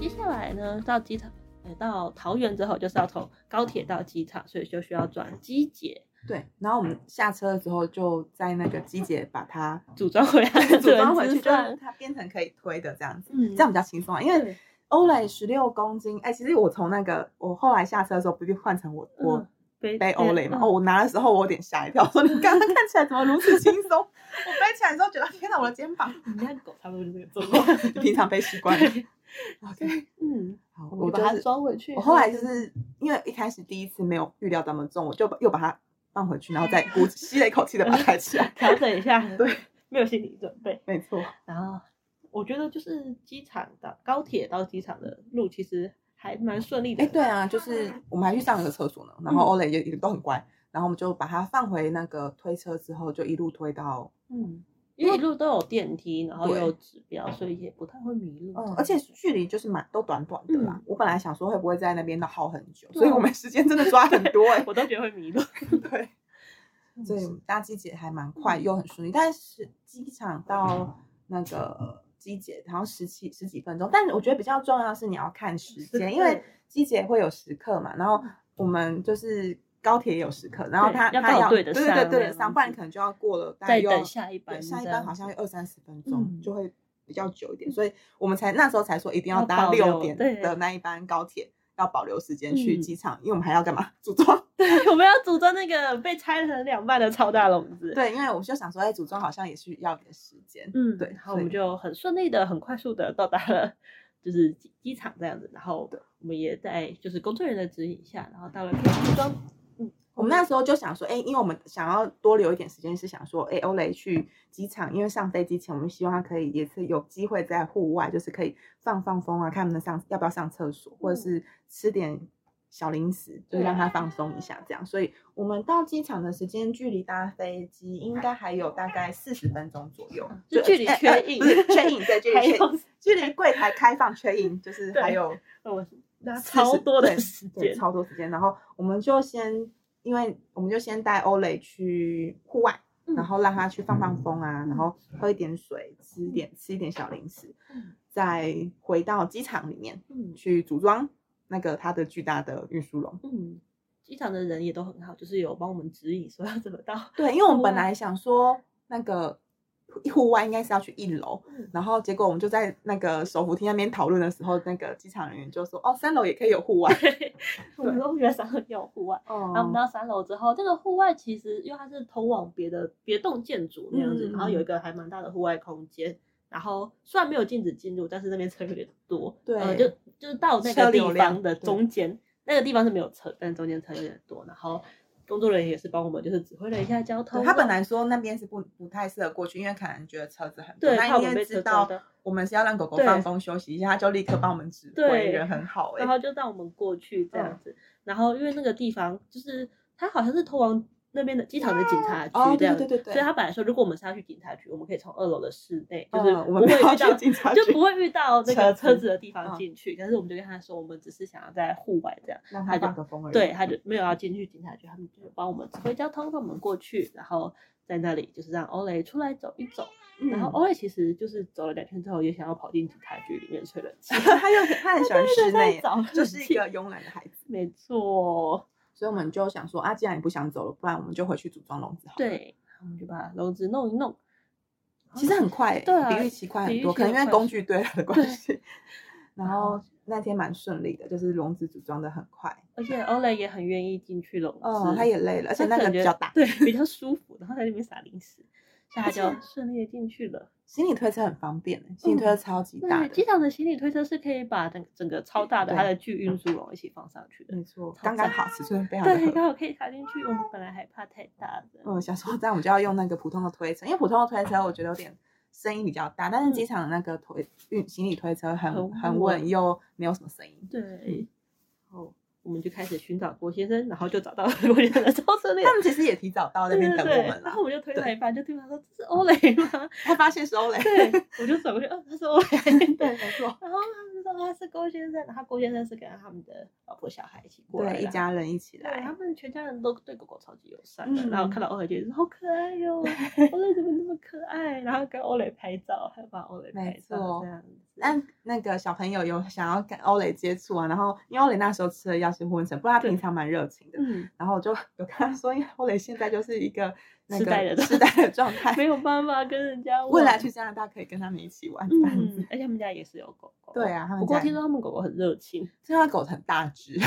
Speaker 1: 接下来呢，到机场，呃，到桃园之后就是要从高铁到机场，所以就需要转机姐
Speaker 2: 对，然后我们下车之后就在那个机姐把 [LAUGHS] 它
Speaker 1: [LAUGHS] 组装回来，
Speaker 2: 组装回去，就
Speaker 1: 转
Speaker 2: 是它变成可以推的这样子，
Speaker 1: 嗯
Speaker 2: 这样比较轻松啊。因为
Speaker 1: 对
Speaker 2: Olay 十六公斤，哎，其实我从那个我后来下车的时候，不就换成我我
Speaker 1: 嗯背
Speaker 2: 背 Olay 嘛？
Speaker 1: 嗯
Speaker 2: 哦，我拿的时候我有点吓一跳，说你刚刚看起来怎么如此轻松？ [LAUGHS] 我背起来之后觉得天哪，我的肩膀
Speaker 1: 你家狗差不多就是这个状 [LAUGHS] 况。
Speaker 2: 平常背习惯了。OK，
Speaker 1: 嗯，
Speaker 2: 好，
Speaker 1: 我
Speaker 2: 我
Speaker 1: 把
Speaker 2: 就
Speaker 1: 它
Speaker 2: 是
Speaker 1: 装回去。。
Speaker 2: 我后来就是因为一开始第一次没有预料这么重，我就把又把它放回去，然后 [LAUGHS] 再鼓起吸了一口气的把它抬起来
Speaker 1: 调整一下， [LAUGHS]
Speaker 2: 对，
Speaker 1: 没有心理准备。
Speaker 2: 没 [LAUGHS] 错，
Speaker 1: 然后我觉得就是机场的高铁到机场的路其实还蛮顺利的。
Speaker 2: 哎，对啊，就是我们还去上了个厕所呢，然后
Speaker 1: 嗯
Speaker 2: 欧蕾也也都很乖，然后我们就把它放回那个推车之后，就一路推到
Speaker 1: 嗯，因为一路都有电梯，然后又
Speaker 2: 对
Speaker 1: 有指标，所以也不太会迷路。
Speaker 2: 嗯，而嗯且距离就是蛮都短短的啦。我本来想说会不会在那边闹耗很久，
Speaker 1: 对
Speaker 2: 所以我们时间真的抓很多 [LAUGHS] 哎、
Speaker 1: 我都觉得会迷路。
Speaker 2: 对，
Speaker 1: 嗯
Speaker 2: 所以搭机姐还蛮快又很顺利，但是机场
Speaker 1: 嗯
Speaker 2: 到那个机姐好像十几十几分钟，但我觉得比较重要的是你要看时
Speaker 1: 时刻
Speaker 2: 间，因为机姐会有时刻嘛，然后我们就是。高铁也有时刻，然后
Speaker 1: 嗯对
Speaker 2: 他
Speaker 1: 要
Speaker 2: 他
Speaker 1: 刚好
Speaker 2: 要
Speaker 1: 对
Speaker 2: 对
Speaker 1: 得
Speaker 2: 对
Speaker 1: 上
Speaker 2: 对对
Speaker 1: 那
Speaker 2: 得
Speaker 1: 样
Speaker 2: 上，不然
Speaker 1: 子
Speaker 2: 你可能就要过了，大概
Speaker 1: 再
Speaker 2: 又
Speaker 1: 等下一班
Speaker 2: 对，
Speaker 1: 这
Speaker 2: 下
Speaker 1: 样，
Speaker 2: 一班好像要二三十分钟，
Speaker 1: 嗯
Speaker 2: 就会比较久一点，所以我们才那时候才说一定
Speaker 1: 要
Speaker 2: 要搭
Speaker 1: 保留
Speaker 2: 六点
Speaker 1: 对
Speaker 2: 的那一班高铁，要保留时间去
Speaker 1: 嗯
Speaker 2: 机场，因为我们还要干嘛 [LAUGHS] 组装？
Speaker 1: 对， [LAUGHS] 我们要组装那个被拆成两半的超大笼子。，
Speaker 2: 对，因为我们就想说，哎，组装好像也是要点时间。
Speaker 1: 嗯，
Speaker 2: 对
Speaker 1: 然后我
Speaker 2: 所
Speaker 1: 们
Speaker 2: 以
Speaker 1: 就很顺利的、很快速的到达了，就是机机场这样子。然后
Speaker 2: 对
Speaker 1: 我们也在就是工作人员的指引下，然后到了可以组装。嗯，
Speaker 2: 我们那时候就想说，哎，因为我们想要多留一点时间，是想说，哎，欧雷去机场，因为上飞机前，我们希望他可以也是有机会在户外，就是可以放放风啊，看能上要不要上厕所，或者
Speaker 1: 嗯
Speaker 2: 是吃点小零食，就是让他放松一下这样。所以我们到机场的时间，距离搭飞机应该还有大概四十分钟左右，
Speaker 1: 就距离
Speaker 2: 哎
Speaker 1: 缺
Speaker 2: 呃
Speaker 1: 印
Speaker 2: 不是
Speaker 1: [LAUGHS]
Speaker 2: 缺印，对，距
Speaker 1: 还
Speaker 2: 离缺
Speaker 1: 有
Speaker 2: 印距离柜台开放缺印，就是还
Speaker 1: 对
Speaker 2: 有
Speaker 1: 呃我那
Speaker 2: 40
Speaker 1: 超多的
Speaker 2: 对
Speaker 1: 时
Speaker 2: 对
Speaker 1: 间，
Speaker 2: 超多时间。然后我们就先，因为我们就先带欧蕾去户外，
Speaker 1: 嗯
Speaker 2: 然后让他去放放风啊，然后喝一点水，吃一点吃一点小零食，
Speaker 1: 嗯
Speaker 2: 再回到机场里面
Speaker 1: 嗯
Speaker 2: 去组装那个他的巨大的运输笼。
Speaker 1: 嗯，机场的人也都很好，就是有帮我们指引说要怎么到。
Speaker 2: 对，因为我们
Speaker 1: 户
Speaker 2: 本
Speaker 1: 外
Speaker 2: 来想说那个户外应该是要去一楼，
Speaker 1: 嗯
Speaker 2: 然后结果我们就在那个手扶梯那边讨论的时候，那个机场人员就说：“哦，三楼也可以有户外。
Speaker 1: 我们都觉得三楼也有户外，”
Speaker 2: [LAUGHS] 哦
Speaker 1: 然后我们到三楼之后，这个户外其实因为它是通往别的别栋建筑那样子，然后
Speaker 2: 嗯
Speaker 1: 有一个还蛮大的户外空间。然后虽然没有禁止进入，但是那边车有点多，呃、就
Speaker 2: 对
Speaker 1: 就是到那
Speaker 2: 车
Speaker 1: 个
Speaker 2: 流
Speaker 1: 地
Speaker 2: 量
Speaker 1: 方的
Speaker 2: 对
Speaker 1: 中间，那个地方是没有车，但是中间车有点多。然后工作人员也是帮我们就是指挥了一下交通。
Speaker 2: 对他本来说那边是不不太适合过去，因为可能觉得车子很多。
Speaker 1: 对怕
Speaker 2: 那
Speaker 1: 我
Speaker 2: 因
Speaker 1: 们
Speaker 2: 为
Speaker 1: 被
Speaker 2: 知
Speaker 1: 车
Speaker 2: 道
Speaker 1: 撞到，
Speaker 2: 我们是要让狗狗
Speaker 1: 对
Speaker 2: 放风休息一下，他就立刻帮我们指挥，
Speaker 1: 对
Speaker 2: 人很好哎、
Speaker 1: 然后就让我们过去这样
Speaker 2: 嗯
Speaker 1: 子。然后因为那个地方就是它好像是通往那边的机场的警察
Speaker 2: 哦
Speaker 1: 局这
Speaker 2: 对
Speaker 1: 样子，
Speaker 2: 对对对对
Speaker 1: 所以他本来说如果我们是要去警察局，我们可以从二楼的室内，
Speaker 2: 嗯
Speaker 1: 就是
Speaker 2: 我
Speaker 1: 不
Speaker 2: 们没
Speaker 1: 会
Speaker 2: 有
Speaker 1: 遇到
Speaker 2: 去警察局，
Speaker 1: 就不会遇到那
Speaker 2: 车
Speaker 1: 个
Speaker 2: 子
Speaker 1: 车子的地方
Speaker 2: 嗯
Speaker 1: 进去。但是我们就跟他说，我们只是想要在户外这样。
Speaker 2: 让
Speaker 1: 他
Speaker 2: 他
Speaker 1: 就
Speaker 2: 放个风而已。，
Speaker 1: 对，，他就没有要进去警察局，他们就帮我们指挥交通，让我们过去，然后在那里就是让欧蕾出来走一走。然后欧蕾其实就是走了两圈之后，也想要跑进警察局里面吹冷气
Speaker 2: [LAUGHS] [LAUGHS] 他又他很
Speaker 1: [LAUGHS]
Speaker 2: 喜欢
Speaker 1: 他真的
Speaker 2: 室内
Speaker 1: 在找，
Speaker 2: 就是
Speaker 1: 冷
Speaker 2: 一
Speaker 1: 气
Speaker 2: 个慵懒的孩子，
Speaker 1: 没错，
Speaker 2: [LAUGHS] 所以我们就想说啊，既然你不想走了，不然我们就回去组装笼子好了。，
Speaker 1: 对，我们就把笼子弄一弄。哦
Speaker 2: 其实很快、欸，
Speaker 1: 对啊
Speaker 2: 比预期快
Speaker 1: 比
Speaker 2: 很
Speaker 1: 预
Speaker 2: 多，
Speaker 1: 期
Speaker 2: 可能因为
Speaker 1: 快
Speaker 2: 工具堆的关
Speaker 1: 对
Speaker 2: 系。 [LAUGHS] 然
Speaker 1: 然后
Speaker 2: 后那天蛮顺利的，就是笼子组装的很快，
Speaker 1: 而且欧蕾也很愿意进去笼子，
Speaker 2: 嗯，他也累了，而且那
Speaker 1: 可
Speaker 2: 个
Speaker 1: 能觉
Speaker 2: 比
Speaker 1: 得
Speaker 2: 较大，
Speaker 1: 对，比较舒服，然后在那边撒零食，所以他
Speaker 2: 而且
Speaker 1: 就顺利的进去了。
Speaker 2: 行李推车很方便、欸，行李推
Speaker 1: 嗯
Speaker 2: 车超级大
Speaker 1: 对，
Speaker 2: 的
Speaker 1: 机，场的行李推车是可以把整整个超大的
Speaker 2: 对
Speaker 1: 它的巨运输笼一起放上去的，
Speaker 2: 没错，
Speaker 1: 超
Speaker 2: 刚刚
Speaker 1: 赞
Speaker 2: 好，尺寸非常
Speaker 1: 对，
Speaker 2: 的
Speaker 1: 刚
Speaker 2: 合。
Speaker 1: 好可以卡进去。我们本来还怕太大的，
Speaker 2: 嗯，想说这样我们就要用那个普通的推车，因为普通的推车我觉得有点声音比较大，但是机场的那个推运行李推车很
Speaker 1: 嗯很
Speaker 2: 很
Speaker 1: 稳哦
Speaker 2: 稳又没有什么声音。
Speaker 1: 对。然后我们就开始寻找郭先生，然后就找到了郭先生的超车辆
Speaker 2: 他。们其实也提早到那
Speaker 1: 对
Speaker 2: 边
Speaker 1: 对
Speaker 2: 等我
Speaker 1: 对
Speaker 2: 们，
Speaker 1: 然
Speaker 2: 了
Speaker 1: 后，我就推
Speaker 2: 对
Speaker 1: 他一半，就对他说：“这是欧蕾吗
Speaker 2: 他发现是欧？”蕾。
Speaker 1: 对， [LAUGHS] 我就走过去，嗯、他是欧
Speaker 2: [LAUGHS]
Speaker 1: 蕾。
Speaker 2: 对，没错，
Speaker 1: [LAUGHS] 然后他们说哦他是郭先生，然后郭先生是跟他们的老婆小孩一起过来的，
Speaker 2: 对，一家人一起
Speaker 1: 对，啊他
Speaker 2: 来。
Speaker 1: 们全家人都对狗狗超级友善的。
Speaker 2: 嗯
Speaker 1: 然后看到欧蕾觉得好可爱
Speaker 2: [LAUGHS]
Speaker 1: 哟、欧蕾怎么那么可爱？然后跟欧蕾拍照，还帮欧蕾
Speaker 2: 没
Speaker 1: 拍照
Speaker 2: 错哎
Speaker 1: 这样子。
Speaker 2: 但那个小朋友有想要跟欧蕾接触啊，然后因为欧蕾那时候吃了药师昏神，不然他
Speaker 1: 对
Speaker 2: 平常蛮热情的。
Speaker 1: 嗯，
Speaker 2: 然后我就有跟他说，因为欧蕾现在就是一
Speaker 1: [LAUGHS]
Speaker 2: 个那
Speaker 1: 痴呆的
Speaker 2: 个
Speaker 1: 状
Speaker 2: 痴呆的状
Speaker 1: [LAUGHS]
Speaker 2: 态，
Speaker 1: 没有办法跟人家
Speaker 2: [LAUGHS] 未来
Speaker 1: 玩
Speaker 2: 去加拿大可以跟他们一起玩这样子。
Speaker 1: 嗯，而且他们家也是有狗狗。
Speaker 2: 对。啊，他们
Speaker 1: 不过
Speaker 2: 家
Speaker 1: 听说他们狗狗很热情， [LAUGHS]
Speaker 2: 这家狗很大只，
Speaker 1: 因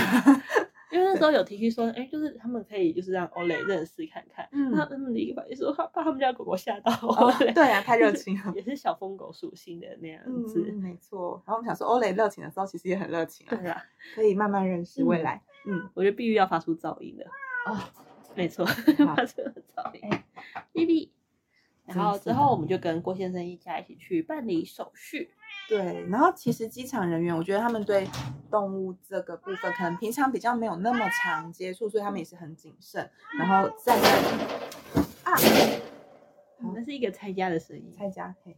Speaker 1: 因为那时候有提议说，哎、就是他们可以就是让 Olay 认识看看。
Speaker 2: 嗯
Speaker 1: 那他们的一个反应说，怕怕他们家狗狗吓到
Speaker 2: 哦
Speaker 1: Olay，、
Speaker 2: 对啊，太热情了。
Speaker 1: [LAUGHS] 也是小疯狗属性的那样
Speaker 2: 嗯，
Speaker 1: 子。
Speaker 2: 嗯没错。然后我们想说，欧蕾热情的时候，其实也很热情啊，
Speaker 1: 对 [LAUGHS] 啊，
Speaker 2: 可以慢慢认识未
Speaker 1: 嗯
Speaker 2: 来。嗯，
Speaker 1: 我觉得碧玉要发出噪音了。
Speaker 2: 啊，哎
Speaker 1: 没错， [LAUGHS] 发出了噪音。碧碧。然后之后我们就跟郭先生一家一起去办理手续。
Speaker 2: 对。然后其实机场人员，我觉得他们对动物这个部分，可能平常比较没有那么常接触，所以他们也是很谨慎。然后再来好
Speaker 1: 那是一个拆家的声音。
Speaker 2: 蔡佳嘿，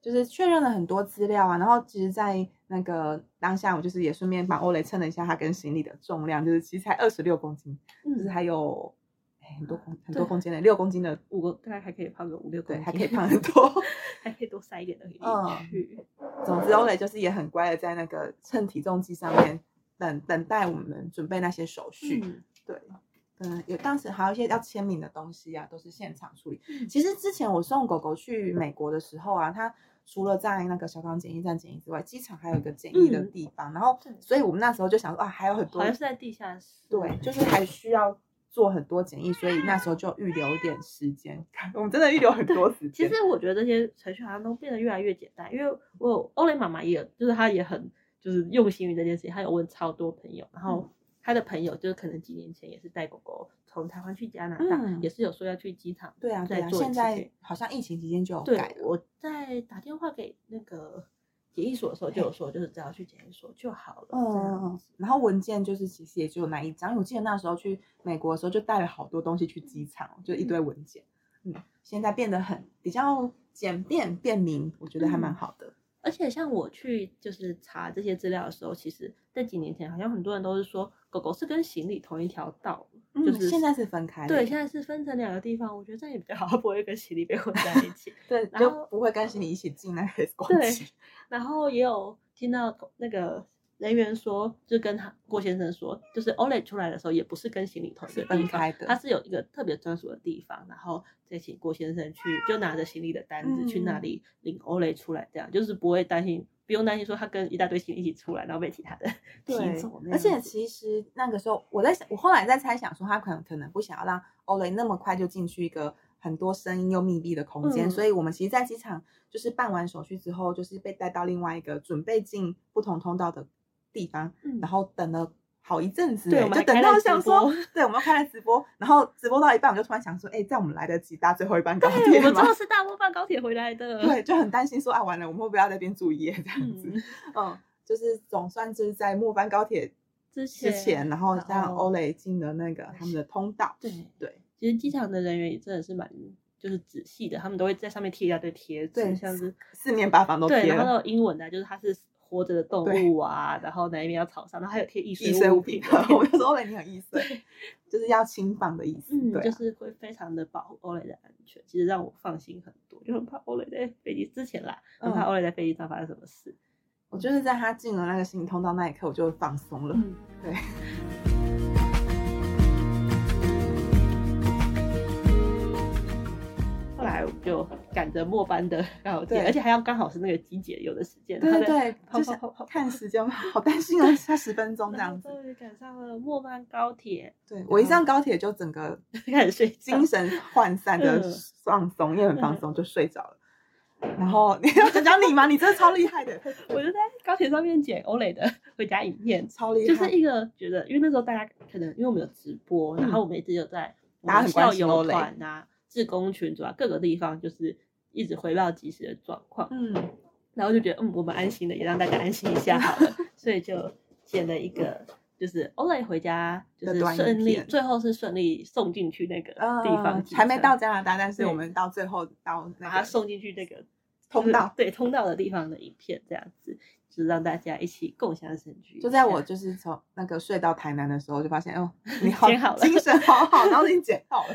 Speaker 2: 就是确认了很多资料啊。然后其实，在那个当下，我就是也顺便帮欧蕾称了一下他跟行李的重量，就是其实才二十六公斤，
Speaker 1: 嗯
Speaker 2: 就是还有。哎很多公很多
Speaker 1: 对
Speaker 2: 公斤的，六公斤的，
Speaker 1: 五个大概还可以胖个五六公
Speaker 2: 对，
Speaker 1: 斤，
Speaker 2: 还可
Speaker 1: [LAUGHS]
Speaker 2: 以胖很多。
Speaker 1: 还可以多塞一点东西
Speaker 2: 嗯
Speaker 1: 进去。
Speaker 2: 总之，欧蕾就是也很乖的，在那个称体重机上面等等待我们准备那些手续。
Speaker 1: 嗯，
Speaker 2: 对，嗯，有当时还有一些要签名的东西啊，都是现场处理。
Speaker 1: 嗯
Speaker 2: 其实之前我送狗狗去美国的时候啊，它除了在那个小港检疫站检疫之外，机场还有一个检疫的
Speaker 1: 嗯
Speaker 2: 地方。然后
Speaker 1: 对，
Speaker 2: 所以我们那时候就想说啊，还有很多
Speaker 1: 好像是在地下室。
Speaker 2: 对，就是还需要做很多检疫，所以那时候就预留一点时间。 [LAUGHS] 我们真的预留很多时
Speaker 1: 其
Speaker 2: 间。
Speaker 1: 实我觉得这些程序好像都变得越来越简单，因为我有欧蕾妈妈也有，就是她也很就是用心于这件事情，她有问超多朋友，然
Speaker 2: 嗯
Speaker 1: 后她的朋友就是可能几年前也是带狗狗从台湾去加拿大，
Speaker 2: 嗯
Speaker 1: 也是有说要去机场。
Speaker 2: 对啊，对
Speaker 1: 在
Speaker 2: 啊，
Speaker 1: 做
Speaker 2: 现
Speaker 1: 一些
Speaker 2: 在好像疫情期间就有
Speaker 1: 对
Speaker 2: 改，了。
Speaker 1: 我在打电话给那个检疫所的时候就有说，就是只要去检疫所就好了。这样
Speaker 2: 嗯，然后文件就是其实也只有那一张，因为我记得那时候去美国的时候就带了好多东西去机场，就一堆文件。嗯，现在变得很比较简便便民，我觉得还蛮
Speaker 1: 嗯
Speaker 2: 好的。
Speaker 1: 而且像我去就是查这些资料的时候，其实在几年前好像很多人都是说狗狗是跟行李同一条道，
Speaker 2: 嗯，
Speaker 1: 就是
Speaker 2: 现在是分开的，
Speaker 1: 对，现在是分成两个地方，我觉得这样也比较好，它不会跟行李被混在一
Speaker 2: [LAUGHS]
Speaker 1: 起。
Speaker 2: 对
Speaker 1: 然
Speaker 2: 就
Speaker 1: 后
Speaker 2: 不会跟行李一起进那个 [LAUGHS] 光
Speaker 1: 对
Speaker 2: 机。
Speaker 1: 然后也有听到狗那个人员说，就跟他郭先生说，就是 Olay 出来的时候也不是跟行李同一
Speaker 2: 是
Speaker 1: 个
Speaker 2: 分
Speaker 1: 地方
Speaker 2: 开的
Speaker 1: 它是有一个特别专属的地方，然后再请郭先生去，就拿着行李的单子去那
Speaker 2: 嗯
Speaker 1: 里领 Olay 出来，这样就是不会担心。不用担心，说他跟一大堆行李一起出来，然后被其他的提走那样子。
Speaker 2: 而且其实那个时候我在想，我后来在猜想说，他可能可能不想要让 Olay 那么快就进去一个很多声音又密闭的空间，
Speaker 1: 嗯
Speaker 2: 所以我们其实，在机场就是办完手续之后，就是被带到另外一个准备进不同通道的地方，
Speaker 1: 嗯
Speaker 2: 然后等了。好一阵子
Speaker 1: 对
Speaker 2: 欸，
Speaker 1: 我们
Speaker 2: 就
Speaker 1: 还
Speaker 2: 等
Speaker 1: 开
Speaker 2: 到
Speaker 1: 了
Speaker 2: 想
Speaker 1: 直
Speaker 2: 说
Speaker 1: 播，
Speaker 2: 对，我们开了直播，然后直播到一半，我就突然想说，哎、这样我们来得及搭最后一班高
Speaker 1: 对，
Speaker 2: 铁
Speaker 1: 我们
Speaker 2: [LAUGHS] 吗
Speaker 1: 真？的是大漠办高铁回来的。
Speaker 2: 对，就很担心说啊，完了，我们会不会要在那边住一夜这样子？
Speaker 1: 嗯，
Speaker 2: 嗯，就是总算就是在末班高铁
Speaker 1: 之
Speaker 2: 之
Speaker 1: 前
Speaker 2: 前，然后
Speaker 1: 然
Speaker 2: 让
Speaker 1: 后
Speaker 2: Olay 进了那个他们的通道。
Speaker 1: 对，
Speaker 2: 对
Speaker 1: 其实机场的人员也真的是蛮就是仔细的，他们都会在上面贴一大堆贴纸，
Speaker 2: 对
Speaker 1: 像是
Speaker 2: 四面八方都
Speaker 1: 对，
Speaker 2: 贴
Speaker 1: 然后
Speaker 2: 了。
Speaker 1: 都有英文的，就是它是活着的动
Speaker 2: 对
Speaker 1: 物啊，然后哪一边要草上，然后还有贴易
Speaker 2: 易碎物
Speaker 1: 品
Speaker 2: 品
Speaker 1: 的，
Speaker 2: [LAUGHS] 我
Speaker 1: [LAUGHS]
Speaker 2: 们就
Speaker 1: 贴纸
Speaker 2: 说 Olay 你很易碎，就是要轻放的意思。
Speaker 1: 嗯，
Speaker 2: 对
Speaker 1: 就
Speaker 2: 啊，
Speaker 1: 是会非常的保护欧蕾的安全，其实让我放心很多，就很怕欧蕾在飞机之前啦，很怕
Speaker 2: 嗯
Speaker 1: 欧蕾在飞机上发生什么事。
Speaker 2: 我就是在他进了那个新通道那一刻，我就放松了。
Speaker 1: 嗯，
Speaker 2: 对。
Speaker 1: [LAUGHS] 后来我们就赶着末班的高铁，
Speaker 2: 对
Speaker 1: 而且还要刚好是那个机姐有的时间，
Speaker 2: 对
Speaker 1: 然
Speaker 2: 对
Speaker 1: 后再
Speaker 2: 对，
Speaker 1: 跑
Speaker 2: 就
Speaker 1: 跑
Speaker 2: 是
Speaker 1: 跑跑
Speaker 2: 看时间，好担心哦，差十分钟这
Speaker 1: 然后
Speaker 2: 样子。
Speaker 1: 终于赶上了末班高 [LAUGHS] 铁，
Speaker 2: 对我一上高铁就整个
Speaker 1: 开始睡觉
Speaker 2: 精。神涣散的
Speaker 1: 嗯
Speaker 2: 放松，也很放松，就睡着了。然后你要讲讲你吗？你真的超厉
Speaker 1: [LAUGHS]
Speaker 2: 害的，
Speaker 1: 我就在高铁上面剪欧蕾的 [LAUGHS] 回家影片，
Speaker 2: 超厉
Speaker 1: 就
Speaker 2: 害。
Speaker 1: 是一个觉得，因为那时候大家可能因为我们有直播，然
Speaker 2: 嗯
Speaker 1: 后我们一直有在我
Speaker 2: 大家
Speaker 1: 们
Speaker 2: 很关
Speaker 1: 校
Speaker 2: 心欧
Speaker 1: 友
Speaker 2: 蕾
Speaker 1: 团啊、志工群组啊各个地方，就是一直回报及时的状况。
Speaker 2: 嗯，
Speaker 1: 然后就觉得，嗯，我们安心的，也让大家安心一下
Speaker 2: [LAUGHS]
Speaker 1: 好了，所以就剪了一个，就是欧蕾回家就
Speaker 2: 的
Speaker 1: 是
Speaker 2: 短影
Speaker 1: 顺利，
Speaker 2: 片
Speaker 1: 最后是顺利送进去那个地方
Speaker 2: 呃
Speaker 1: 集成，
Speaker 2: 还没到加拿大，但是
Speaker 1: 对
Speaker 2: 我们到最后到
Speaker 1: 把
Speaker 2: 那
Speaker 1: 它
Speaker 2: 个
Speaker 1: 送进去那个
Speaker 2: 通
Speaker 1: 就是
Speaker 2: 道，
Speaker 1: 对通道的地方的影片，这样子，就是让大家一起共享盛举一下。
Speaker 2: 就在我就是从那个睡
Speaker 1: [LAUGHS]
Speaker 2: 到台南的时候，就发现哦，你
Speaker 1: 剪好了 [LAUGHS]
Speaker 2: 精神好好，然后已经剪好了，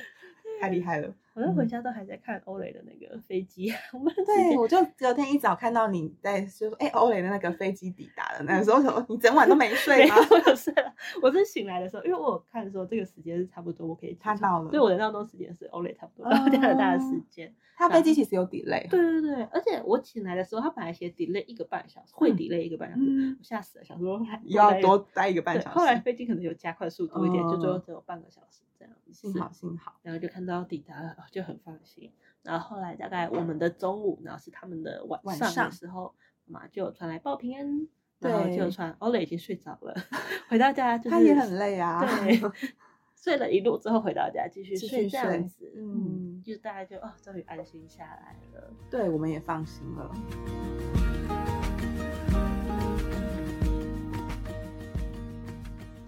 Speaker 2: 太厉害了。
Speaker 1: 我那回家都还在看欧蕾的那个飞机，啊我们直
Speaker 2: 嗯对，
Speaker 1: 接
Speaker 2: 我就隔天一早看到你在说，哎、欧蕾的那个飞机抵达了，那个时候什么，你整晚
Speaker 1: [LAUGHS]
Speaker 2: 都没睡
Speaker 1: 没
Speaker 2: 吗
Speaker 1: 有？我有睡了，我是醒来的时候，因为我有看说这个时间是差不多，我可以起
Speaker 2: 他
Speaker 1: 床，
Speaker 2: 到了，
Speaker 1: 对我的闹钟时间是欧蕾差不多到加拿大的时
Speaker 2: 哦
Speaker 1: 间。
Speaker 2: 他飞机其实有 delay，
Speaker 1: 啊对对对，而且我醒来的时候，他本来写 delay 一个半小时，会
Speaker 2: 嗯
Speaker 1: delay 一个半小时，
Speaker 2: 嗯，
Speaker 1: 我吓死了，想说还
Speaker 2: 又要
Speaker 1: 再
Speaker 2: 多待一个半
Speaker 1: 对
Speaker 2: 小时。
Speaker 1: 后来飞机可能有加快速度一点，就最后
Speaker 2: 嗯
Speaker 1: 只有半个小时这样子。
Speaker 2: 幸好幸好，
Speaker 1: 然后就看到抵达了，哦就很放心。然后后来大概我们的中午，然后是他们的晚
Speaker 2: 晚
Speaker 1: 上的
Speaker 2: 上
Speaker 1: 时候，妈妈就有传来报平安，然后就有
Speaker 2: 对
Speaker 1: 传欧蕾已经睡着了，回到家就是
Speaker 2: 他也很累啊。
Speaker 1: 对， [LAUGHS] 睡了一路之后回到家继续
Speaker 2: 继
Speaker 1: 睡
Speaker 2: 续
Speaker 1: 这样
Speaker 2: 睡
Speaker 1: 子，
Speaker 2: 嗯
Speaker 1: 嗯，就大家就哦终于安心下来了。
Speaker 2: 对，我们也放心了。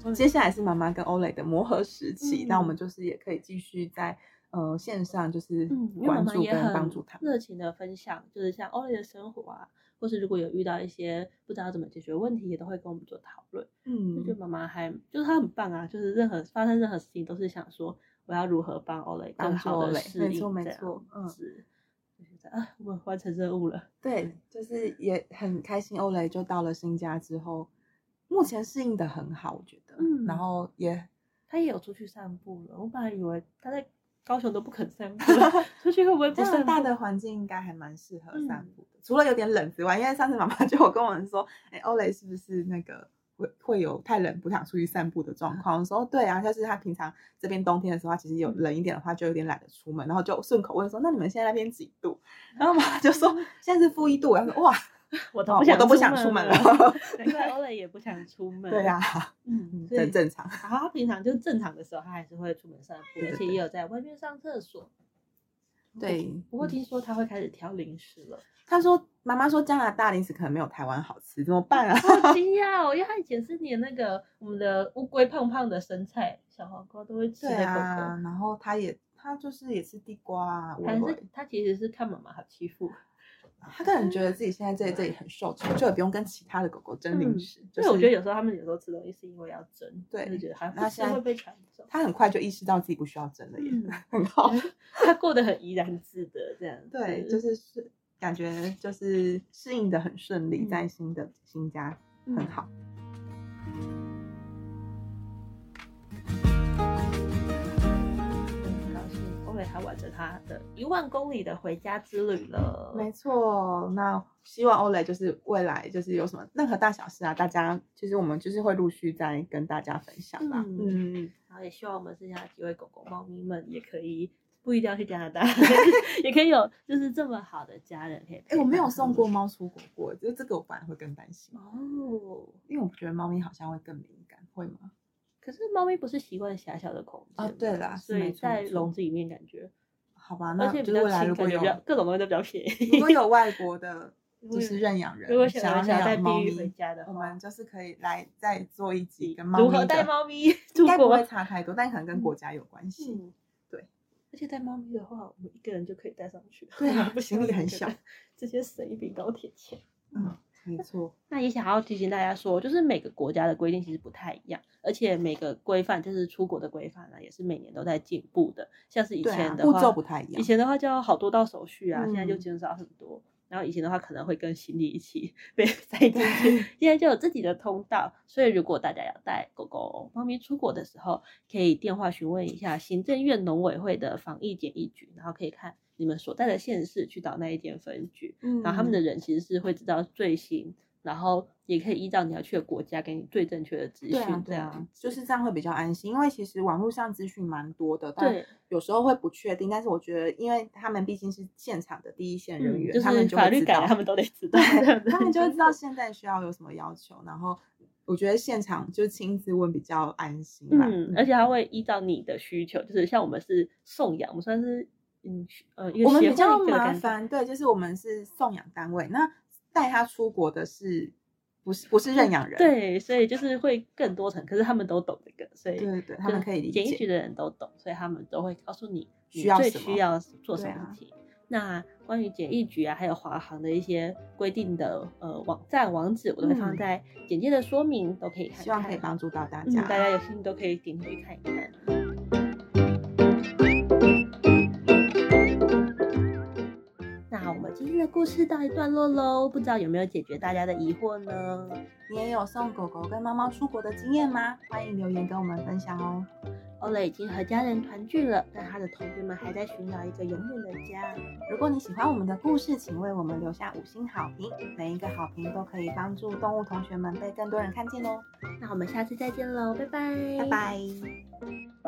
Speaker 1: 终于
Speaker 2: 接下来是妈妈跟欧蕾的磨合时期，
Speaker 1: 嗯
Speaker 2: 那我们就是也可以继续在呃线上就是
Speaker 1: 嗯，因为妈
Speaker 2: 关
Speaker 1: 妈
Speaker 2: 注
Speaker 1: 也
Speaker 2: 跟
Speaker 1: 很
Speaker 2: 帮助他。
Speaker 1: 热情的分享，就是像欧蕾的生活啊，或是如果有遇到一些不知道怎么解决问题，也都会跟我们做讨论。就
Speaker 2: 嗯
Speaker 1: 觉得妈妈还就是她很棒啊，就是任何发生任何事情都是想说我要如何帮欧蕾更
Speaker 2: 帮助
Speaker 1: 好的
Speaker 2: Olay，
Speaker 1: 适应，
Speaker 2: 没错没错嗯
Speaker 1: 是，就觉得啊，我们完成任务了，
Speaker 2: 对，就是也很开心，欧蕾就到了新家之后，目前适应的很好，我觉得。
Speaker 1: 嗯
Speaker 2: 然后也
Speaker 1: 她也有出去散步了。我本来以为她在高雄都不肯散步
Speaker 2: [LAUGHS]
Speaker 1: 了，出去会不会不
Speaker 2: 加拿
Speaker 1: 散
Speaker 2: 大
Speaker 1: 步？
Speaker 2: 的环境应该还蛮适合散
Speaker 1: 嗯
Speaker 2: 步的，除了有点冷之外，因为上次妈 [LAUGHS] 妈就有跟我们说，哎、欧蕾是不是那个会会有太冷不想出去散步的状况？我说哦对啊，像是她平常这边冬天的时候，她其实有
Speaker 1: 嗯
Speaker 2: 冷一点的话，就有点懒得出门，然后就顺口问说，那你们现在那边几度？
Speaker 1: 啊
Speaker 2: 然后妈妈就说现在是负一度，然后
Speaker 1: [LAUGHS]
Speaker 2: 说哇，
Speaker 1: 我
Speaker 2: 哦
Speaker 1: 都
Speaker 2: 我都不想出
Speaker 1: 门
Speaker 2: 门了
Speaker 1: 难
Speaker 2: [LAUGHS]
Speaker 1: 怪欧蕾也不想出门。
Speaker 2: 对呀、啊
Speaker 1: 嗯，所以
Speaker 2: 很正常。
Speaker 1: 然后他平常就正常的时候，他还是会出门散步，
Speaker 2: 对
Speaker 1: 而
Speaker 2: 对
Speaker 1: 且
Speaker 2: 对
Speaker 1: 也有在外面上厕所。
Speaker 2: 对
Speaker 1: 不过
Speaker 2: 嗯
Speaker 1: 听说他会开始挑零食了，
Speaker 2: 她说妈妈说加拿大零食可能没有台湾好吃，怎么办啊？
Speaker 1: 好惊讶哦！因为他以前是连那个我们的乌龟胖胖的生菜、小黄瓜都 [LAUGHS] 会吃的
Speaker 2: 对
Speaker 1: 狗狗，
Speaker 2: 啊，然后她也她就是也吃地瓜啊，我
Speaker 1: 还
Speaker 2: 也会
Speaker 1: 是他其实是看妈妈好欺负。
Speaker 2: 他可能觉得自己现在在这里很受宠，就也不用跟其他的狗狗争零
Speaker 1: 嗯
Speaker 2: 食。
Speaker 1: 所
Speaker 2: 就是
Speaker 1: 以我觉得有时候他们有时候吃东西是因为要争，
Speaker 2: 对
Speaker 1: 就觉得还不
Speaker 2: 那
Speaker 1: 吃
Speaker 2: 现在
Speaker 1: 会被抢
Speaker 2: [LAUGHS]
Speaker 1: 走。
Speaker 2: 他很快就意识到自己不需要争了耶，
Speaker 1: 嗯
Speaker 2: 很好。
Speaker 1: 他过得很怡然自得，这样
Speaker 2: 对，
Speaker 1: 子
Speaker 2: 就是是感觉就是适应的很顺利，
Speaker 1: 嗯
Speaker 2: 在新的新家很。好。
Speaker 1: 嗯很高兴欧蕾还完成他的一万公里的回家之旅了。
Speaker 2: 没错，那希望欧蕾就是未来就是有什么任何大小事啊，大家其实我们就是会陆续再跟大家分享啦。
Speaker 1: 嗯
Speaker 2: 嗯
Speaker 1: 然后也希望我们剩下的几位狗狗、猫咪们也可以不一定要去加拿大， [LAUGHS] 也可以有就是这么好的家人可以。
Speaker 2: 哎、我没有送过。猫出国过，就这个我反而会更担心，
Speaker 1: 哦，
Speaker 2: 因为我觉得猫咪好像会更敏感，会吗？
Speaker 1: 可是猫咪不是习惯狭小的空间
Speaker 2: 哦
Speaker 1: 吗
Speaker 2: 对啦是
Speaker 1: 所以
Speaker 2: 没错
Speaker 1: 在
Speaker 2: 没错
Speaker 1: 笼子里面感觉，
Speaker 2: 好吧，那
Speaker 1: 而且
Speaker 2: 就
Speaker 1: 比较
Speaker 2: 是未来
Speaker 1: 轻，
Speaker 2: 如果
Speaker 1: 感觉
Speaker 2: 有
Speaker 1: 比较各种东西都比较便宜。，
Speaker 2: 如果有外国的
Speaker 1: [LAUGHS] 如果
Speaker 2: 就
Speaker 1: 有
Speaker 2: 是认养人，
Speaker 1: 如果
Speaker 2: 想
Speaker 1: 想要
Speaker 2: 要
Speaker 1: 想带
Speaker 2: 养猫
Speaker 1: 碧玉回
Speaker 2: 咪，
Speaker 1: 家的
Speaker 2: 我
Speaker 1: 话，
Speaker 2: 们就是可以来再做一集跟猫咪
Speaker 1: 如何
Speaker 2: 的
Speaker 1: 带猫 [LAUGHS]
Speaker 2: [LAUGHS]
Speaker 1: 咪
Speaker 2: 应
Speaker 1: 出
Speaker 2: 该不
Speaker 1: 国
Speaker 2: 会？差太多，但可能跟国家有关系。
Speaker 1: 嗯，
Speaker 2: 对。
Speaker 1: 而且带猫咪的话，我们一个人就可以带上去，
Speaker 2: 对啊
Speaker 1: [LAUGHS] 不需要
Speaker 2: 行李很
Speaker 1: 两个人
Speaker 2: 小，
Speaker 1: 直接省一笔高铁钱。
Speaker 2: 嗯，没错，
Speaker 1: 那也想要提醒大家说，就是每个国家的规定其实不太一样，而且每个规范就是出国的规范啊呢、也是每年都在进步的。像是以
Speaker 2: 对
Speaker 1: 前
Speaker 2: 啊，
Speaker 1: 的
Speaker 2: 步
Speaker 1: 话，
Speaker 2: 骤不太一
Speaker 1: 以
Speaker 2: 样。
Speaker 1: 前的话就要好多道手续啊，现在就
Speaker 2: 嗯
Speaker 1: 减少很多。然后以前的话可能会跟行李一起 [LAUGHS] 被塞进去，现在就有自己的通道。所以如果大家要带狗狗、猫咪出国的时候，可以电话询问一下行政院农委会的防疫检疫局，然后可以看你们所在的县市去到那一间分局。
Speaker 2: 嗯
Speaker 1: 然后他们的人其实是会知道最新，然后也可以依照你要去的国家给你最正确的资
Speaker 2: 对啊
Speaker 1: 讯，，这
Speaker 2: 对啊
Speaker 1: 样，子
Speaker 2: 就是这样会比较安心，因为其实网络上资讯蛮多的，但
Speaker 1: 对，
Speaker 2: 有时候会不确定。但是我觉得，因为他们毕竟是现场的第一线人
Speaker 1: 嗯
Speaker 2: 员，
Speaker 1: 就
Speaker 2: 他们
Speaker 1: 是
Speaker 2: 就
Speaker 1: 法
Speaker 2: 会
Speaker 1: 律
Speaker 2: 知
Speaker 1: 改
Speaker 2: 道
Speaker 1: 了，他们都得
Speaker 2: [LAUGHS]
Speaker 1: 知 [LAUGHS] 道，这样
Speaker 2: 对，
Speaker 1: 子
Speaker 2: 他们就会知道现在需要有什么要求，然后我觉得现场就亲自问比较安心吧。
Speaker 1: 嗯，而且他会依照你的需求，就是像我们是送养，我们算是嗯呃一个
Speaker 2: 我们
Speaker 1: 协
Speaker 2: 比
Speaker 1: 会
Speaker 2: 较
Speaker 1: 的
Speaker 2: 麻
Speaker 1: 感觉，
Speaker 2: 烦，对，就是我们是送养单位，那带他出国的是不是不是认养
Speaker 1: 嗯
Speaker 2: 人？
Speaker 1: 对，所以就是会更多层，可是他们都懂这个，所以
Speaker 2: 对对对，他
Speaker 1: 就
Speaker 2: 们可以理
Speaker 1: 检疫局
Speaker 2: 解。
Speaker 1: 的人都懂，所以他们都会告诉你你
Speaker 2: 需要
Speaker 1: 最
Speaker 2: 什
Speaker 1: 需
Speaker 2: 么
Speaker 1: 要做什
Speaker 2: 对
Speaker 1: 么
Speaker 2: 啊
Speaker 1: 事情。那关于检疫局啊，还有华航的一些规定的呃网站网址，我都会放
Speaker 2: 嗯
Speaker 1: 在简介的说明，都可以看看。
Speaker 2: 希望可以帮助到大
Speaker 1: 嗯，
Speaker 2: 家。
Speaker 1: 大家有兴趣都可以点进去看一看。故事告一段落喽。不知道有没有解决大家的疑惑呢？
Speaker 2: 你也有送狗狗跟猫猫出国的经验吗？欢迎留言跟我们分享哦。
Speaker 1: 欧蕾已经和家人团聚了，但他的同学们还在寻找一个永远的家。
Speaker 2: 如果你喜欢我们的故事，请为我们留下五星好评，每一个好评都可以帮助动物同学们被更多人看见哦。
Speaker 1: 那我们下次再见喽，拜拜，
Speaker 2: 拜。拜。